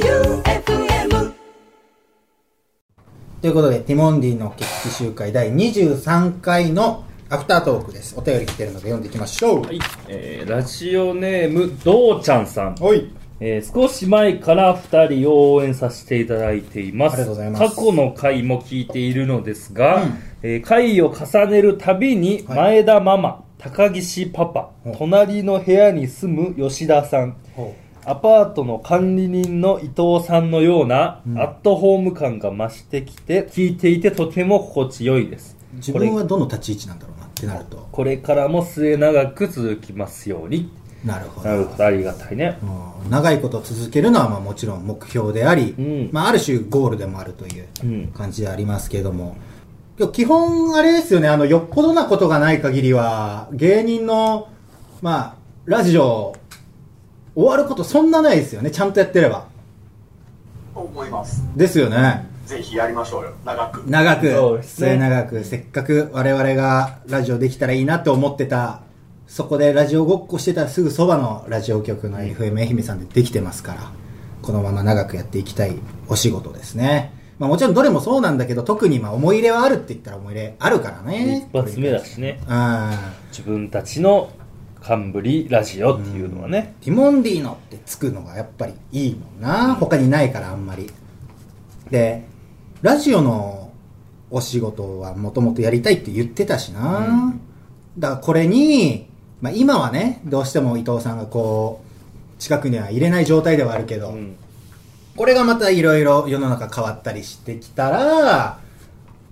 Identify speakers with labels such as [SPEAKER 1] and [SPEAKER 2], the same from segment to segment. [SPEAKER 1] J-O-E-U-F-M
[SPEAKER 2] ということで、ティモンディの決起集会第23回のアフタートークです。お便り来てるので読んでいきましょう。
[SPEAKER 3] はい、えーラジオネーム、どうちゃんさん。
[SPEAKER 2] おい。
[SPEAKER 3] えー少し前から2人を応援させていただいています。
[SPEAKER 2] ありがとうございます
[SPEAKER 3] 過去の回も聞いているのですが、
[SPEAKER 2] うん
[SPEAKER 3] えー回を重ねるたびに、
[SPEAKER 2] はい
[SPEAKER 3] 前田ママ、高岸パパ
[SPEAKER 2] お、
[SPEAKER 3] 隣の部屋に住む吉田さん、アパートの管理人の伊藤さんのような、
[SPEAKER 2] うん
[SPEAKER 3] アットホーム感が増してきて、聞いていてとても心地よいです。
[SPEAKER 2] 自
[SPEAKER 3] これ
[SPEAKER 2] 分はどの立ち位置なんだろうなってなると。
[SPEAKER 3] これからも末永く続きますように。
[SPEAKER 2] なるほど。
[SPEAKER 3] なるほど、ありがたいね。
[SPEAKER 2] うん長いこと続けるのはまあもちろん目標であり、
[SPEAKER 3] うん
[SPEAKER 2] まあ、ある種ゴールでもあるという
[SPEAKER 3] うん。
[SPEAKER 2] 感じでありますけども。でも基本、あれですよね、あの、よっぽどなことがない限りは、芸人の、まあ、ラジオ、終わることそんなないですよね、ちゃんとやってれば。
[SPEAKER 4] 思います
[SPEAKER 2] ですよね。
[SPEAKER 4] ぜひやりましょうよ長く
[SPEAKER 2] 長く、
[SPEAKER 3] そうですね
[SPEAKER 2] 末長く、せっかく我々がラジオできたらいいなと思ってた、そこでラジオごっこしてたらすぐそばのラジオ局の FM 愛媛さんでできてますから、このまま長くやっていきたいお仕事ですね。まあもちろんどれもそうなんだけど、特にまあ思い入れはあるって言ったら思い入れあるからね
[SPEAKER 3] 一。発目だしね。
[SPEAKER 2] うん。
[SPEAKER 3] 自分たちの冠ラジオっていうのはね、
[SPEAKER 2] ティモンディのってつくのがやっぱりいいもんな。他にないからあんまり。で、ラジオのお仕事はもともとやりたいって言ってたしな。だからこれに、まあ今はね、どうしても伊藤さんがこう、近くには入れない状態ではあるけど、
[SPEAKER 3] うん
[SPEAKER 2] これがまたいろいろ世の中変わったりしてきたら、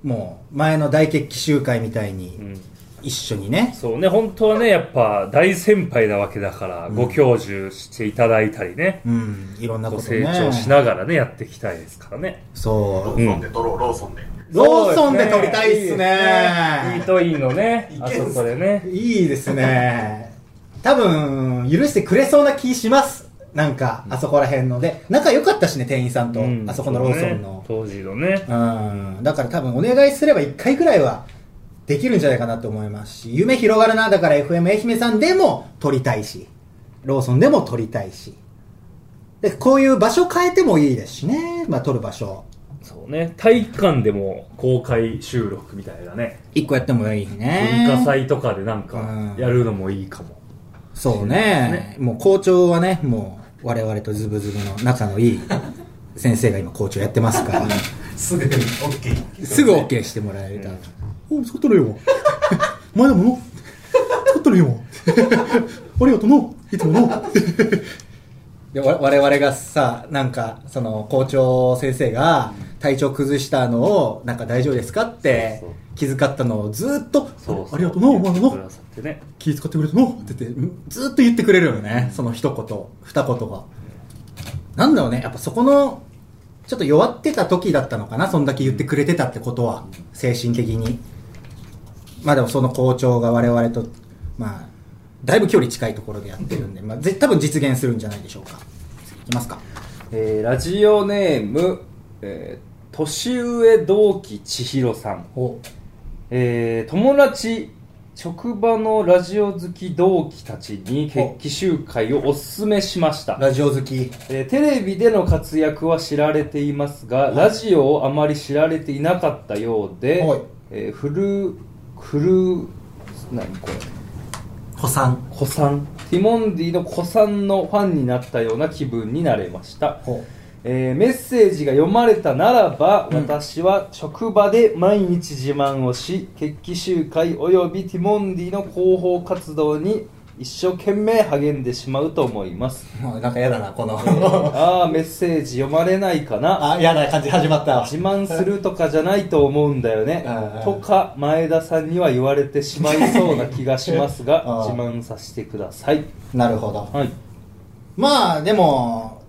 [SPEAKER 2] もう前の大決起集会みたいうに
[SPEAKER 3] ん
[SPEAKER 2] 一緒にね、
[SPEAKER 3] そうね本当はねやっぱ大先輩なわけだから、ご教授していただいたりね、
[SPEAKER 2] うん、いろんなこ
[SPEAKER 3] ご
[SPEAKER 2] と
[SPEAKER 3] 成
[SPEAKER 2] ね。
[SPEAKER 3] 長しながらねやっていきたいですからね
[SPEAKER 2] そう
[SPEAKER 4] ロ。ーソンで撮ろう、ローソンで
[SPEAKER 2] ローソンで撮りたいっす
[SPEAKER 3] イ
[SPEAKER 2] ね
[SPEAKER 3] ー。トインのね
[SPEAKER 4] い
[SPEAKER 3] あ
[SPEAKER 4] け
[SPEAKER 3] そ
[SPEAKER 4] んす
[SPEAKER 3] こでね
[SPEAKER 2] いいですね。多分、許してくれそうな気します。なんか、あそこら辺ので。仲良かったしね、店員さんと。
[SPEAKER 3] うん
[SPEAKER 2] あそこのローソンの。
[SPEAKER 3] そうね当時のね
[SPEAKER 2] うん。だから多分、お願いすれば1回くらいは、できるんじゃないかなと思いますし、夢広がるな。だから FM 愛媛さんでも撮りたいし、ローソンでも撮りたいし。で、こういう場所変えてもいいですしね。まあ、撮る場所。
[SPEAKER 3] そうね体育館でも公開収録みたいなね、
[SPEAKER 2] 1個やってもいいね。
[SPEAKER 3] 文化祭とかでなんか
[SPEAKER 2] うん
[SPEAKER 3] やるのもいいかも、
[SPEAKER 2] そうねもう校長はね、もう我々とズブズブの仲のいい先生が今校長やってますから、
[SPEAKER 4] すぐに OK
[SPEAKER 2] すぐ OK してもらえたら、お使ってるよ。前でもの使ってるよ。ありがとうの。いつもの。でわ我々がさ、なんか、その、校長先生が、体調崩したのを、なんか大丈夫ですかって
[SPEAKER 3] そうそう、
[SPEAKER 2] 気遣ったのをずっと、
[SPEAKER 3] そうそう
[SPEAKER 2] ありがとうの、お前
[SPEAKER 3] 言
[SPEAKER 2] も
[SPEAKER 3] って
[SPEAKER 2] の
[SPEAKER 3] く。ださってね
[SPEAKER 2] 気使ってくれたのって言って、ずっと言ってくれるよね。その一言、二言が。なんだろうね。やっぱそこの、ちょっと弱ってた時だったのかな。そんだけ言ってくれてたってことは、精神的に。まあでもその校長が我々と、まあ、だいぶ距離近いところでやってるんで、まあ、ぜ多分実現するんじゃないでしょうか。いきますか。
[SPEAKER 3] えーラジオネーム、えー年上同期千尋さん、
[SPEAKER 2] お、
[SPEAKER 3] えー友達職場のラジオ好き同期たちに決起集会をおすすめしました、
[SPEAKER 2] ラジオ好き。
[SPEAKER 3] えーテレビでの活躍は知られていますがラジオをあまり知られていなかったようで、
[SPEAKER 2] はい
[SPEAKER 3] えーフルフル何これ
[SPEAKER 2] 子さん。
[SPEAKER 3] 子さんティモンディの子さんのファンになったような気分になれました
[SPEAKER 2] ほ
[SPEAKER 3] えーメッセージが読まれたならば、私は職場で毎日自慢をし決起集会およびティモンディの広報活動に一生懸命励んでしまうと思います
[SPEAKER 2] う。もうなんか嫌だな、この。
[SPEAKER 3] ああメッセージ読まれないかな
[SPEAKER 2] あ、嫌な感じ始まったわ
[SPEAKER 3] 自慢するとかじゃないと思うんだ よね
[SPEAKER 2] うんうん
[SPEAKER 3] とか前田さんには言われてしまいそうな気がしますが
[SPEAKER 2] あー
[SPEAKER 3] 自慢させてください
[SPEAKER 2] なるほど。
[SPEAKER 3] はい
[SPEAKER 2] まあでも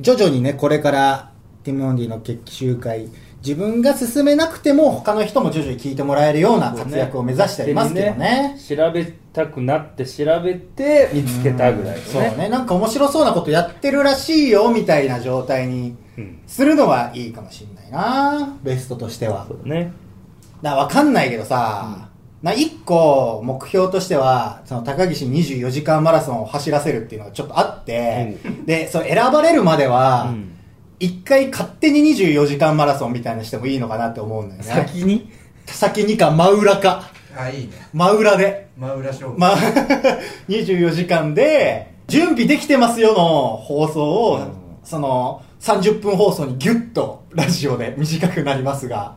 [SPEAKER 2] 徐々にねこれからティモンディの決起集会自分が進めなくても他の人も徐々に聞いてもらえるような活躍を目指してはいますけどね
[SPEAKER 3] 調べたくなって調べて見つけたぐらいのね
[SPEAKER 2] そうねなんか面白そうなことやってるらしいよみたいな状態に
[SPEAKER 3] うん
[SPEAKER 2] するのはいいかもしんないなベストとしては
[SPEAKER 3] そうだね
[SPEAKER 2] だから分かんないけどさ、な一個目標としてはその高岸24時間マラソンを走らせるっていうのがちょっとあって、でその選ばれるまでは
[SPEAKER 3] うん
[SPEAKER 2] 一、回勝手に24時間マラソンみたいなのしてもいいのかなって思うんだよね
[SPEAKER 3] 先に
[SPEAKER 2] 先にか真裏か
[SPEAKER 5] あいいね
[SPEAKER 2] 真裏で、
[SPEAKER 5] 真裏勝負、
[SPEAKER 2] まあ、24時間で準備できてますよの放送を、その30分放送にギュッとラジオで短くなりますが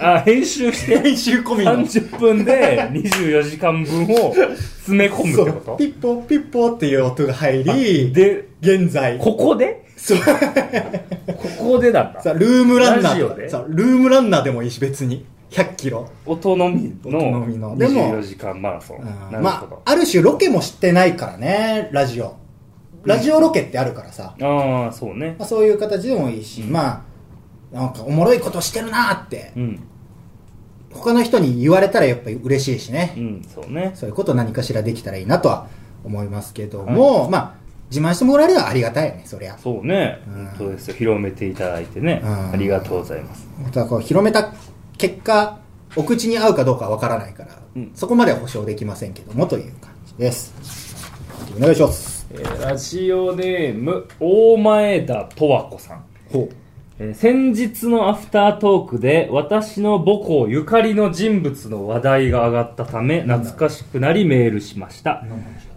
[SPEAKER 6] あ、編集して
[SPEAKER 2] 練習込みの
[SPEAKER 6] 30分で24時間分を詰め込むってこ
[SPEAKER 2] ピッポピッポっていう音が入り
[SPEAKER 6] とで、
[SPEAKER 2] 現在
[SPEAKER 6] ここで
[SPEAKER 2] そう
[SPEAKER 6] ここでなんだ
[SPEAKER 2] さルームランナ
[SPEAKER 6] ラジオ
[SPEAKER 2] ー
[SPEAKER 6] で
[SPEAKER 2] さルームランナーでもいいし別に100キロ、
[SPEAKER 6] 音のみ
[SPEAKER 2] 音
[SPEAKER 6] の
[SPEAKER 2] のみのでも
[SPEAKER 6] 24時間マラソン。なるほ
[SPEAKER 2] ま
[SPEAKER 6] ど
[SPEAKER 2] あ。ある種ロケもしてないからねラジオラジオロケってあるからさ、
[SPEAKER 6] ああ、そうね
[SPEAKER 2] ま。あ、そういう形でもいいし、まあなんかおもろいことしてるなーって
[SPEAKER 6] うん。
[SPEAKER 2] 他の人に言われたらやっぱり嬉しいしね、
[SPEAKER 6] うん、そうね。
[SPEAKER 2] そういうこと何かしらできたらいいなとは思いますけども、まあ自慢してもらえるのはありがたいよねそりゃ
[SPEAKER 6] そうね。
[SPEAKER 2] うん
[SPEAKER 6] 本当ですよ。広めていただいてね。
[SPEAKER 2] うん
[SPEAKER 6] ありがとうございます。
[SPEAKER 2] 本当はこう広めた結果お口に合うかどうかはわからないから、
[SPEAKER 6] うん
[SPEAKER 2] そこまでは保証できませんけどもという感じですお願いします
[SPEAKER 6] えーラジオネーム、大前田十和子さん。
[SPEAKER 2] ほ
[SPEAKER 6] えー先日のアフタートークで私の母校ゆかりの人物の話題が上がったため懐かしくなりメールしました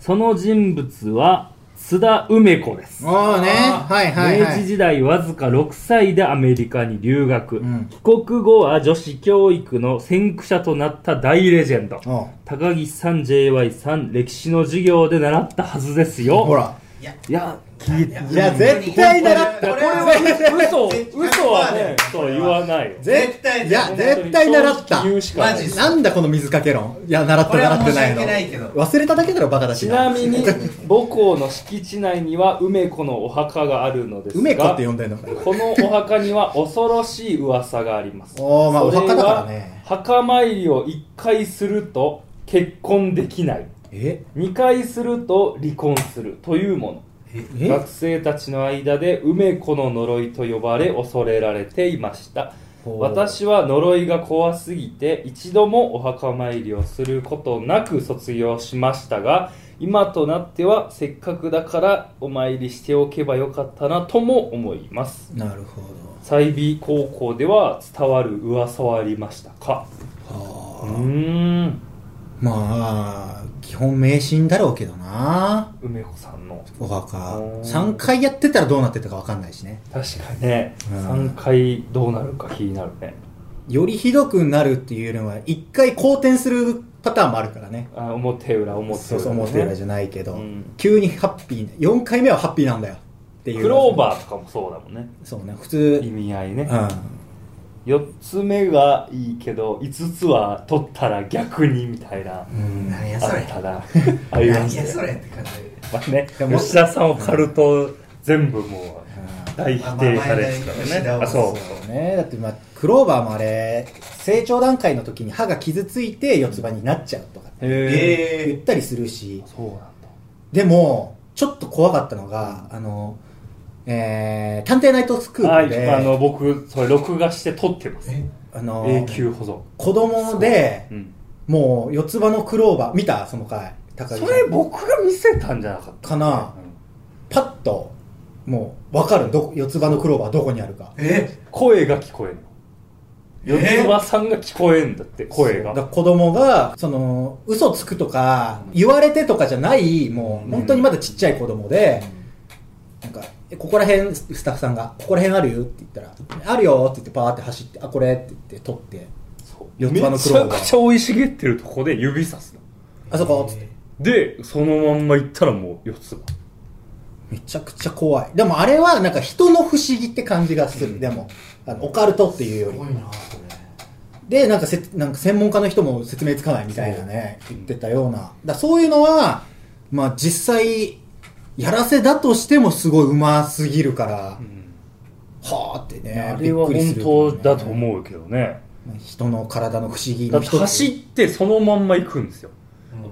[SPEAKER 6] その人物は津田梅子です
[SPEAKER 2] うああねはいはいは
[SPEAKER 6] 明治
[SPEAKER 2] い
[SPEAKER 6] 時代わずか6歳でアメリカに留学、
[SPEAKER 2] ん
[SPEAKER 6] 帰国後は女子教育の先駆者となった大レジェンド
[SPEAKER 2] おう
[SPEAKER 6] 高岸さん JY さん歴史の授業で習ったはずですよ
[SPEAKER 2] ほら
[SPEAKER 6] いや
[SPEAKER 2] いや絶対習った
[SPEAKER 6] これは嘘嘘はねそう言わないよ
[SPEAKER 2] 絶対いや絶対習った
[SPEAKER 6] 言うしかない
[SPEAKER 5] マジ
[SPEAKER 2] なんだこの水かけ論いや習った
[SPEAKER 5] これは
[SPEAKER 2] 習ってないの
[SPEAKER 5] 申し訳ないけど
[SPEAKER 2] 忘れただけだろバカだし
[SPEAKER 3] ちなみに母校の敷地内には梅子のお墓があるのですが
[SPEAKER 2] 梅子って呼んでんのかよ
[SPEAKER 3] このお墓には恐ろしい噂があります
[SPEAKER 2] おーまあ
[SPEAKER 3] それは
[SPEAKER 2] お墓だからね
[SPEAKER 3] 墓参りを1回すると結婚できない
[SPEAKER 2] え
[SPEAKER 3] 2回すると離婚するというもの学生たちの間で梅子の呪いと呼ばれ恐れられていました
[SPEAKER 2] ほう
[SPEAKER 3] 私は呪いが怖すぎて一度もお墓参りをすることなく卒業しましたが今となってはせっかくだからお参りしておけばよかったなとも思います
[SPEAKER 2] なるほ
[SPEAKER 3] 西美高校では伝わる噂はありましたか
[SPEAKER 2] ど
[SPEAKER 3] うーん
[SPEAKER 2] まあ基本迷信だろうけどな
[SPEAKER 3] 梅子さんの
[SPEAKER 2] お墓
[SPEAKER 3] おー
[SPEAKER 2] 3回やってたらどうなってたか分かんないしね
[SPEAKER 3] 確かにね
[SPEAKER 2] うん
[SPEAKER 3] 3回どうなるか気になるね
[SPEAKER 2] よりひどくなるっていうよりは1回好転するパターンもあるからね
[SPEAKER 3] あ表裏表裏、ね、
[SPEAKER 2] そうそう表裏じゃないけど、
[SPEAKER 3] うん
[SPEAKER 2] 急にハッピー4回目はハッピーなんだよっていう
[SPEAKER 3] クローバーとかもそうだもんね
[SPEAKER 2] そうね普通
[SPEAKER 3] 意味合いうね
[SPEAKER 2] ん
[SPEAKER 3] 4つ目がいいけど5つは取ったら逆にみたいな
[SPEAKER 2] うん
[SPEAKER 5] 何
[SPEAKER 3] あ
[SPEAKER 5] やそれ
[SPEAKER 3] ったなありま
[SPEAKER 5] 何
[SPEAKER 3] し
[SPEAKER 5] や
[SPEAKER 3] た
[SPEAKER 5] そ
[SPEAKER 3] ね
[SPEAKER 5] れって感じ
[SPEAKER 6] まあね、
[SPEAKER 2] でも
[SPEAKER 6] 吉田さんを狩ると全部もう大否定
[SPEAKER 5] まあま
[SPEAKER 6] されるか
[SPEAKER 5] あ前田吉田
[SPEAKER 6] ら
[SPEAKER 5] は
[SPEAKER 6] ね。あ、そ
[SPEAKER 5] そうう。
[SPEAKER 2] そうねだってまあクローバーもあれ成長段階の時に歯が傷ついて四つ葉になっちゃうとかって
[SPEAKER 3] へえ
[SPEAKER 2] 言ったりするし
[SPEAKER 3] そうなんだ
[SPEAKER 2] でもちょっと怖かったのが、あのえー探偵ナイトスク
[SPEAKER 6] は
[SPEAKER 2] ープ
[SPEAKER 6] い、
[SPEAKER 2] で、
[SPEAKER 6] あの、僕、それ録画して撮ってます。
[SPEAKER 2] あの
[SPEAKER 6] 永久保
[SPEAKER 2] 子供で
[SPEAKER 6] 存。うん。
[SPEAKER 2] もう四つ葉のクローバー見たその回高木さ
[SPEAKER 6] そ
[SPEAKER 2] ん
[SPEAKER 6] れ僕が見せたんじゃなかった
[SPEAKER 2] かなパッともう分かるどこ四つ葉のクローバーどこにあるか
[SPEAKER 5] え
[SPEAKER 6] 声が聞こえるの。四つ葉さんが聞こえんだって、声
[SPEAKER 2] だから
[SPEAKER 6] が。
[SPEAKER 2] 子供がその嘘つくとか言われてとかじゃないもう本当にまだちっちゃい子供で、なんかえここら辺スタッフさんが「ここら辺あるよ」って言ったら「あるよ」って言ってパーって走って「あこれ」って言って取って
[SPEAKER 6] そう
[SPEAKER 2] 四つ
[SPEAKER 6] め
[SPEAKER 2] 葉の
[SPEAKER 6] ち
[SPEAKER 2] 黒
[SPEAKER 6] ゃ
[SPEAKER 2] が
[SPEAKER 6] くちゃ生い茂ってるとこで指さすの。
[SPEAKER 2] 「あそこ」っつって
[SPEAKER 6] で、そのまんま行ったらもう四つ葉。
[SPEAKER 2] めちゃくちゃ怖いでもあれはなんか人の不思議って感じがする、でもあのオカルトっていうより
[SPEAKER 5] 多いなそ
[SPEAKER 2] でなんかせなんか専門家の人も説明つかないみたいなね言ってたようなだそういうのは、まあ、実際やらせだとしてもすごいうますぎるから、はあってね
[SPEAKER 6] あれは
[SPEAKER 2] びっくり
[SPEAKER 6] 本
[SPEAKER 2] するよ
[SPEAKER 6] 当
[SPEAKER 2] ね
[SPEAKER 6] だと思うけどね。
[SPEAKER 2] 人の体の不思議の
[SPEAKER 6] だって
[SPEAKER 2] 一つ
[SPEAKER 6] 走ってそのまんま行くんですよ、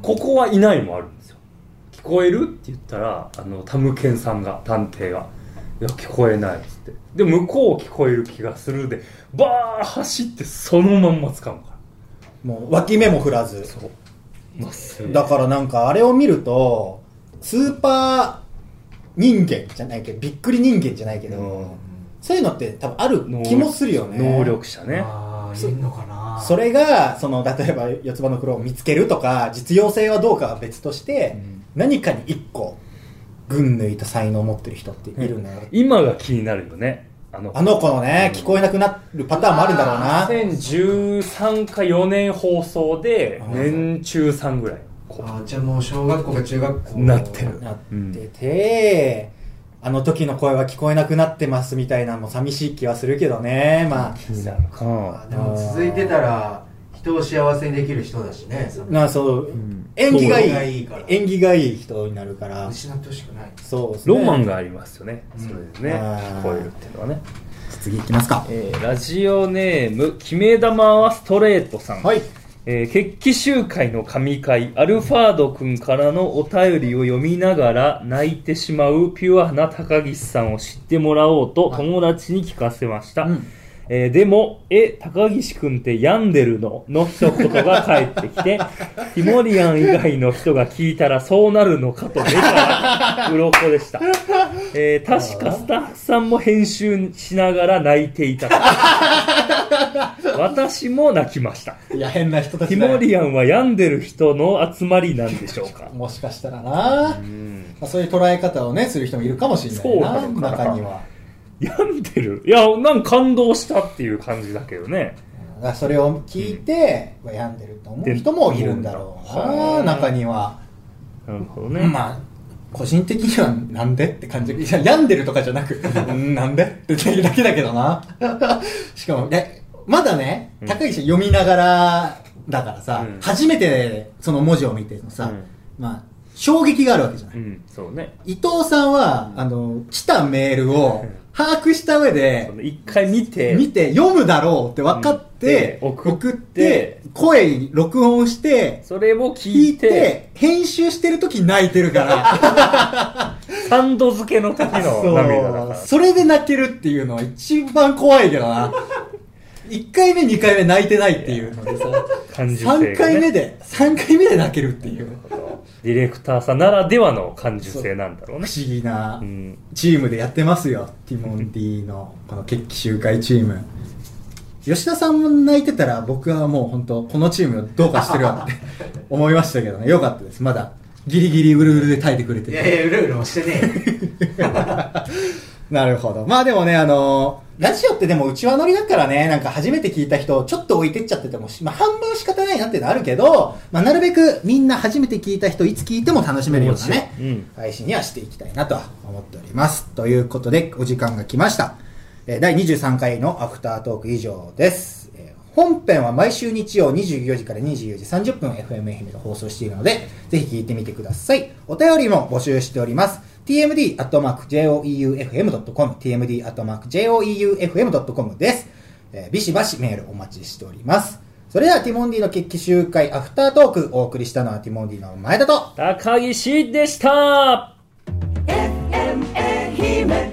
[SPEAKER 6] ここはいないもあるんですよ聞こえるって言ったらあのタムケンさんが探偵が「いや聞こえない」っつってで向こう聞こえる気がするでバー走ってそのまんま掴むから
[SPEAKER 2] もう脇目も振らず
[SPEAKER 3] まっす
[SPEAKER 2] だからなんかあれを見るとスーパー人間じゃないけどびっくり人間じゃないけど、そういうのって多分ある気もするよね
[SPEAKER 3] 能力者ね
[SPEAKER 5] ああいいのかな
[SPEAKER 2] それがその例えば四つ葉の黒を見つけるとか実用性はどうかは別として、何かに一個群抜いた才能を持ってる人っているんだよ、
[SPEAKER 3] 今が気になるよねあの
[SPEAKER 2] あの子のね、聞こえなくなるパターンもあるんだろうな
[SPEAKER 3] 2013か4年放送で年中3ぐらいこ
[SPEAKER 5] あーじゃあもう小学校か中学校
[SPEAKER 3] なってる
[SPEAKER 2] なってて、あの時の声は聞こえなくなってますみたいなのも寂しい気はするけどねまあ
[SPEAKER 3] うになるか
[SPEAKER 5] あーでも続いてたら人を幸せにできる人だしね
[SPEAKER 2] なそう、演技が
[SPEAKER 5] そうが
[SPEAKER 2] い
[SPEAKER 5] いい
[SPEAKER 2] い
[SPEAKER 5] から
[SPEAKER 2] 演技がいい人になるから
[SPEAKER 5] 失ってほしくない
[SPEAKER 2] そうですね
[SPEAKER 3] ロマンがありますよね、それですね
[SPEAKER 2] あー
[SPEAKER 3] 聞こえるっていうのはね、
[SPEAKER 2] 次いきますか
[SPEAKER 3] えーラジオネーム決め玉はストレートさん、
[SPEAKER 2] はい
[SPEAKER 3] えー決起集会の神会アルファード君からのお便りを読みながら泣いてしまうピュアな高岸さんを知ってもらおうと友達に聞かせました、
[SPEAKER 2] うん
[SPEAKER 3] えーでも「え高岸君って病んでるの?」の一言が返ってき てティモリアン以外の人が聞いたらそうなるのかと目から鱗でした、えー確かスタッフさんも編集しながら泣いて いたと私も泣きました
[SPEAKER 2] いや変な人た
[SPEAKER 3] テ
[SPEAKER 2] ち
[SPEAKER 3] ィ
[SPEAKER 2] だよ
[SPEAKER 3] モリアンは病んでる人の集まりなんでしょうか
[SPEAKER 2] もしかしたらな、まあ、そういう捉え方をねする人もいるかもしれない
[SPEAKER 3] そ
[SPEAKER 2] な
[SPEAKER 3] うなのかな
[SPEAKER 2] 中には
[SPEAKER 3] 病んでるいやなんか感動したっていう感じだけどね
[SPEAKER 2] だからそれを聞いて、まあ病んでると思う人もいるんだろう
[SPEAKER 3] は
[SPEAKER 2] な中には、
[SPEAKER 3] なるほどね、
[SPEAKER 2] まあ個人的にはなんでって感じいや病んでるとかじゃな くうんなんでってだけだけどなしかもねまだね
[SPEAKER 3] うん
[SPEAKER 2] 高岸読みながらだからさ、
[SPEAKER 3] うん
[SPEAKER 2] 初めてその文字を見てのさ、
[SPEAKER 3] うん
[SPEAKER 2] まあ衝撃があるわけじゃない、
[SPEAKER 3] うんそうね
[SPEAKER 2] 伊藤さんは、あの来たメールを
[SPEAKER 3] うん
[SPEAKER 2] 把握した上で、
[SPEAKER 3] その一回見て
[SPEAKER 2] 見て読むだろうって分かって、
[SPEAKER 3] うんで送って
[SPEAKER 2] 声に録音して
[SPEAKER 3] それを
[SPEAKER 2] 聞
[SPEAKER 3] 聞
[SPEAKER 2] い
[SPEAKER 3] いて
[SPEAKER 2] て編集してる時泣いてるから
[SPEAKER 3] サンド漬けの時の涙だから
[SPEAKER 2] そうそれで泣けるっていうのは一番怖いけど な1回目2回目泣いてないっていうのでさ
[SPEAKER 3] 感受性が、ね、
[SPEAKER 2] 3回目で3回目で泣けるっていう
[SPEAKER 3] なるほどディレクターさんならではの感受性なんだろう
[SPEAKER 2] 不
[SPEAKER 3] ね
[SPEAKER 2] 思議な、
[SPEAKER 3] うん
[SPEAKER 2] チームでやってますよティモンディのこの決起集会チーム吉田さんも泣いてたら僕はもう本当このチームどうかしてるわって思いましたけどねよかったですまだギリギリうるうるで耐えてくれて
[SPEAKER 5] い
[SPEAKER 2] て
[SPEAKER 5] やいやうろうろしてね
[SPEAKER 2] なるほどまあでもねあのラジオってでもうちわ乗りだからね、なんか初めて聞いた人をちょっと置いてっちゃっててもし、まあ半分仕方ないなっていうのはあるけど、まあなるべくみんな初めて聞いた人、いつ聞いても楽しめるようなね、
[SPEAKER 3] うん
[SPEAKER 2] 配信にはしていきたいなと思っております。ということで、お時間が来ました。えー第23回のアフタートーク以上です。えー本編は毎週日曜24時から24時30分 FM 愛媛が放送しているので、ぜひ聞いてみてください。お便りも募集しております。tmd.joeufm.com、tmd.joeufm.com です。えービシバシメールお待ちしております。それではティモンディの決起集会アフタートークお送りしたのはティモンディの前田と
[SPEAKER 3] 高岸でした
[SPEAKER 1] FM 愛媛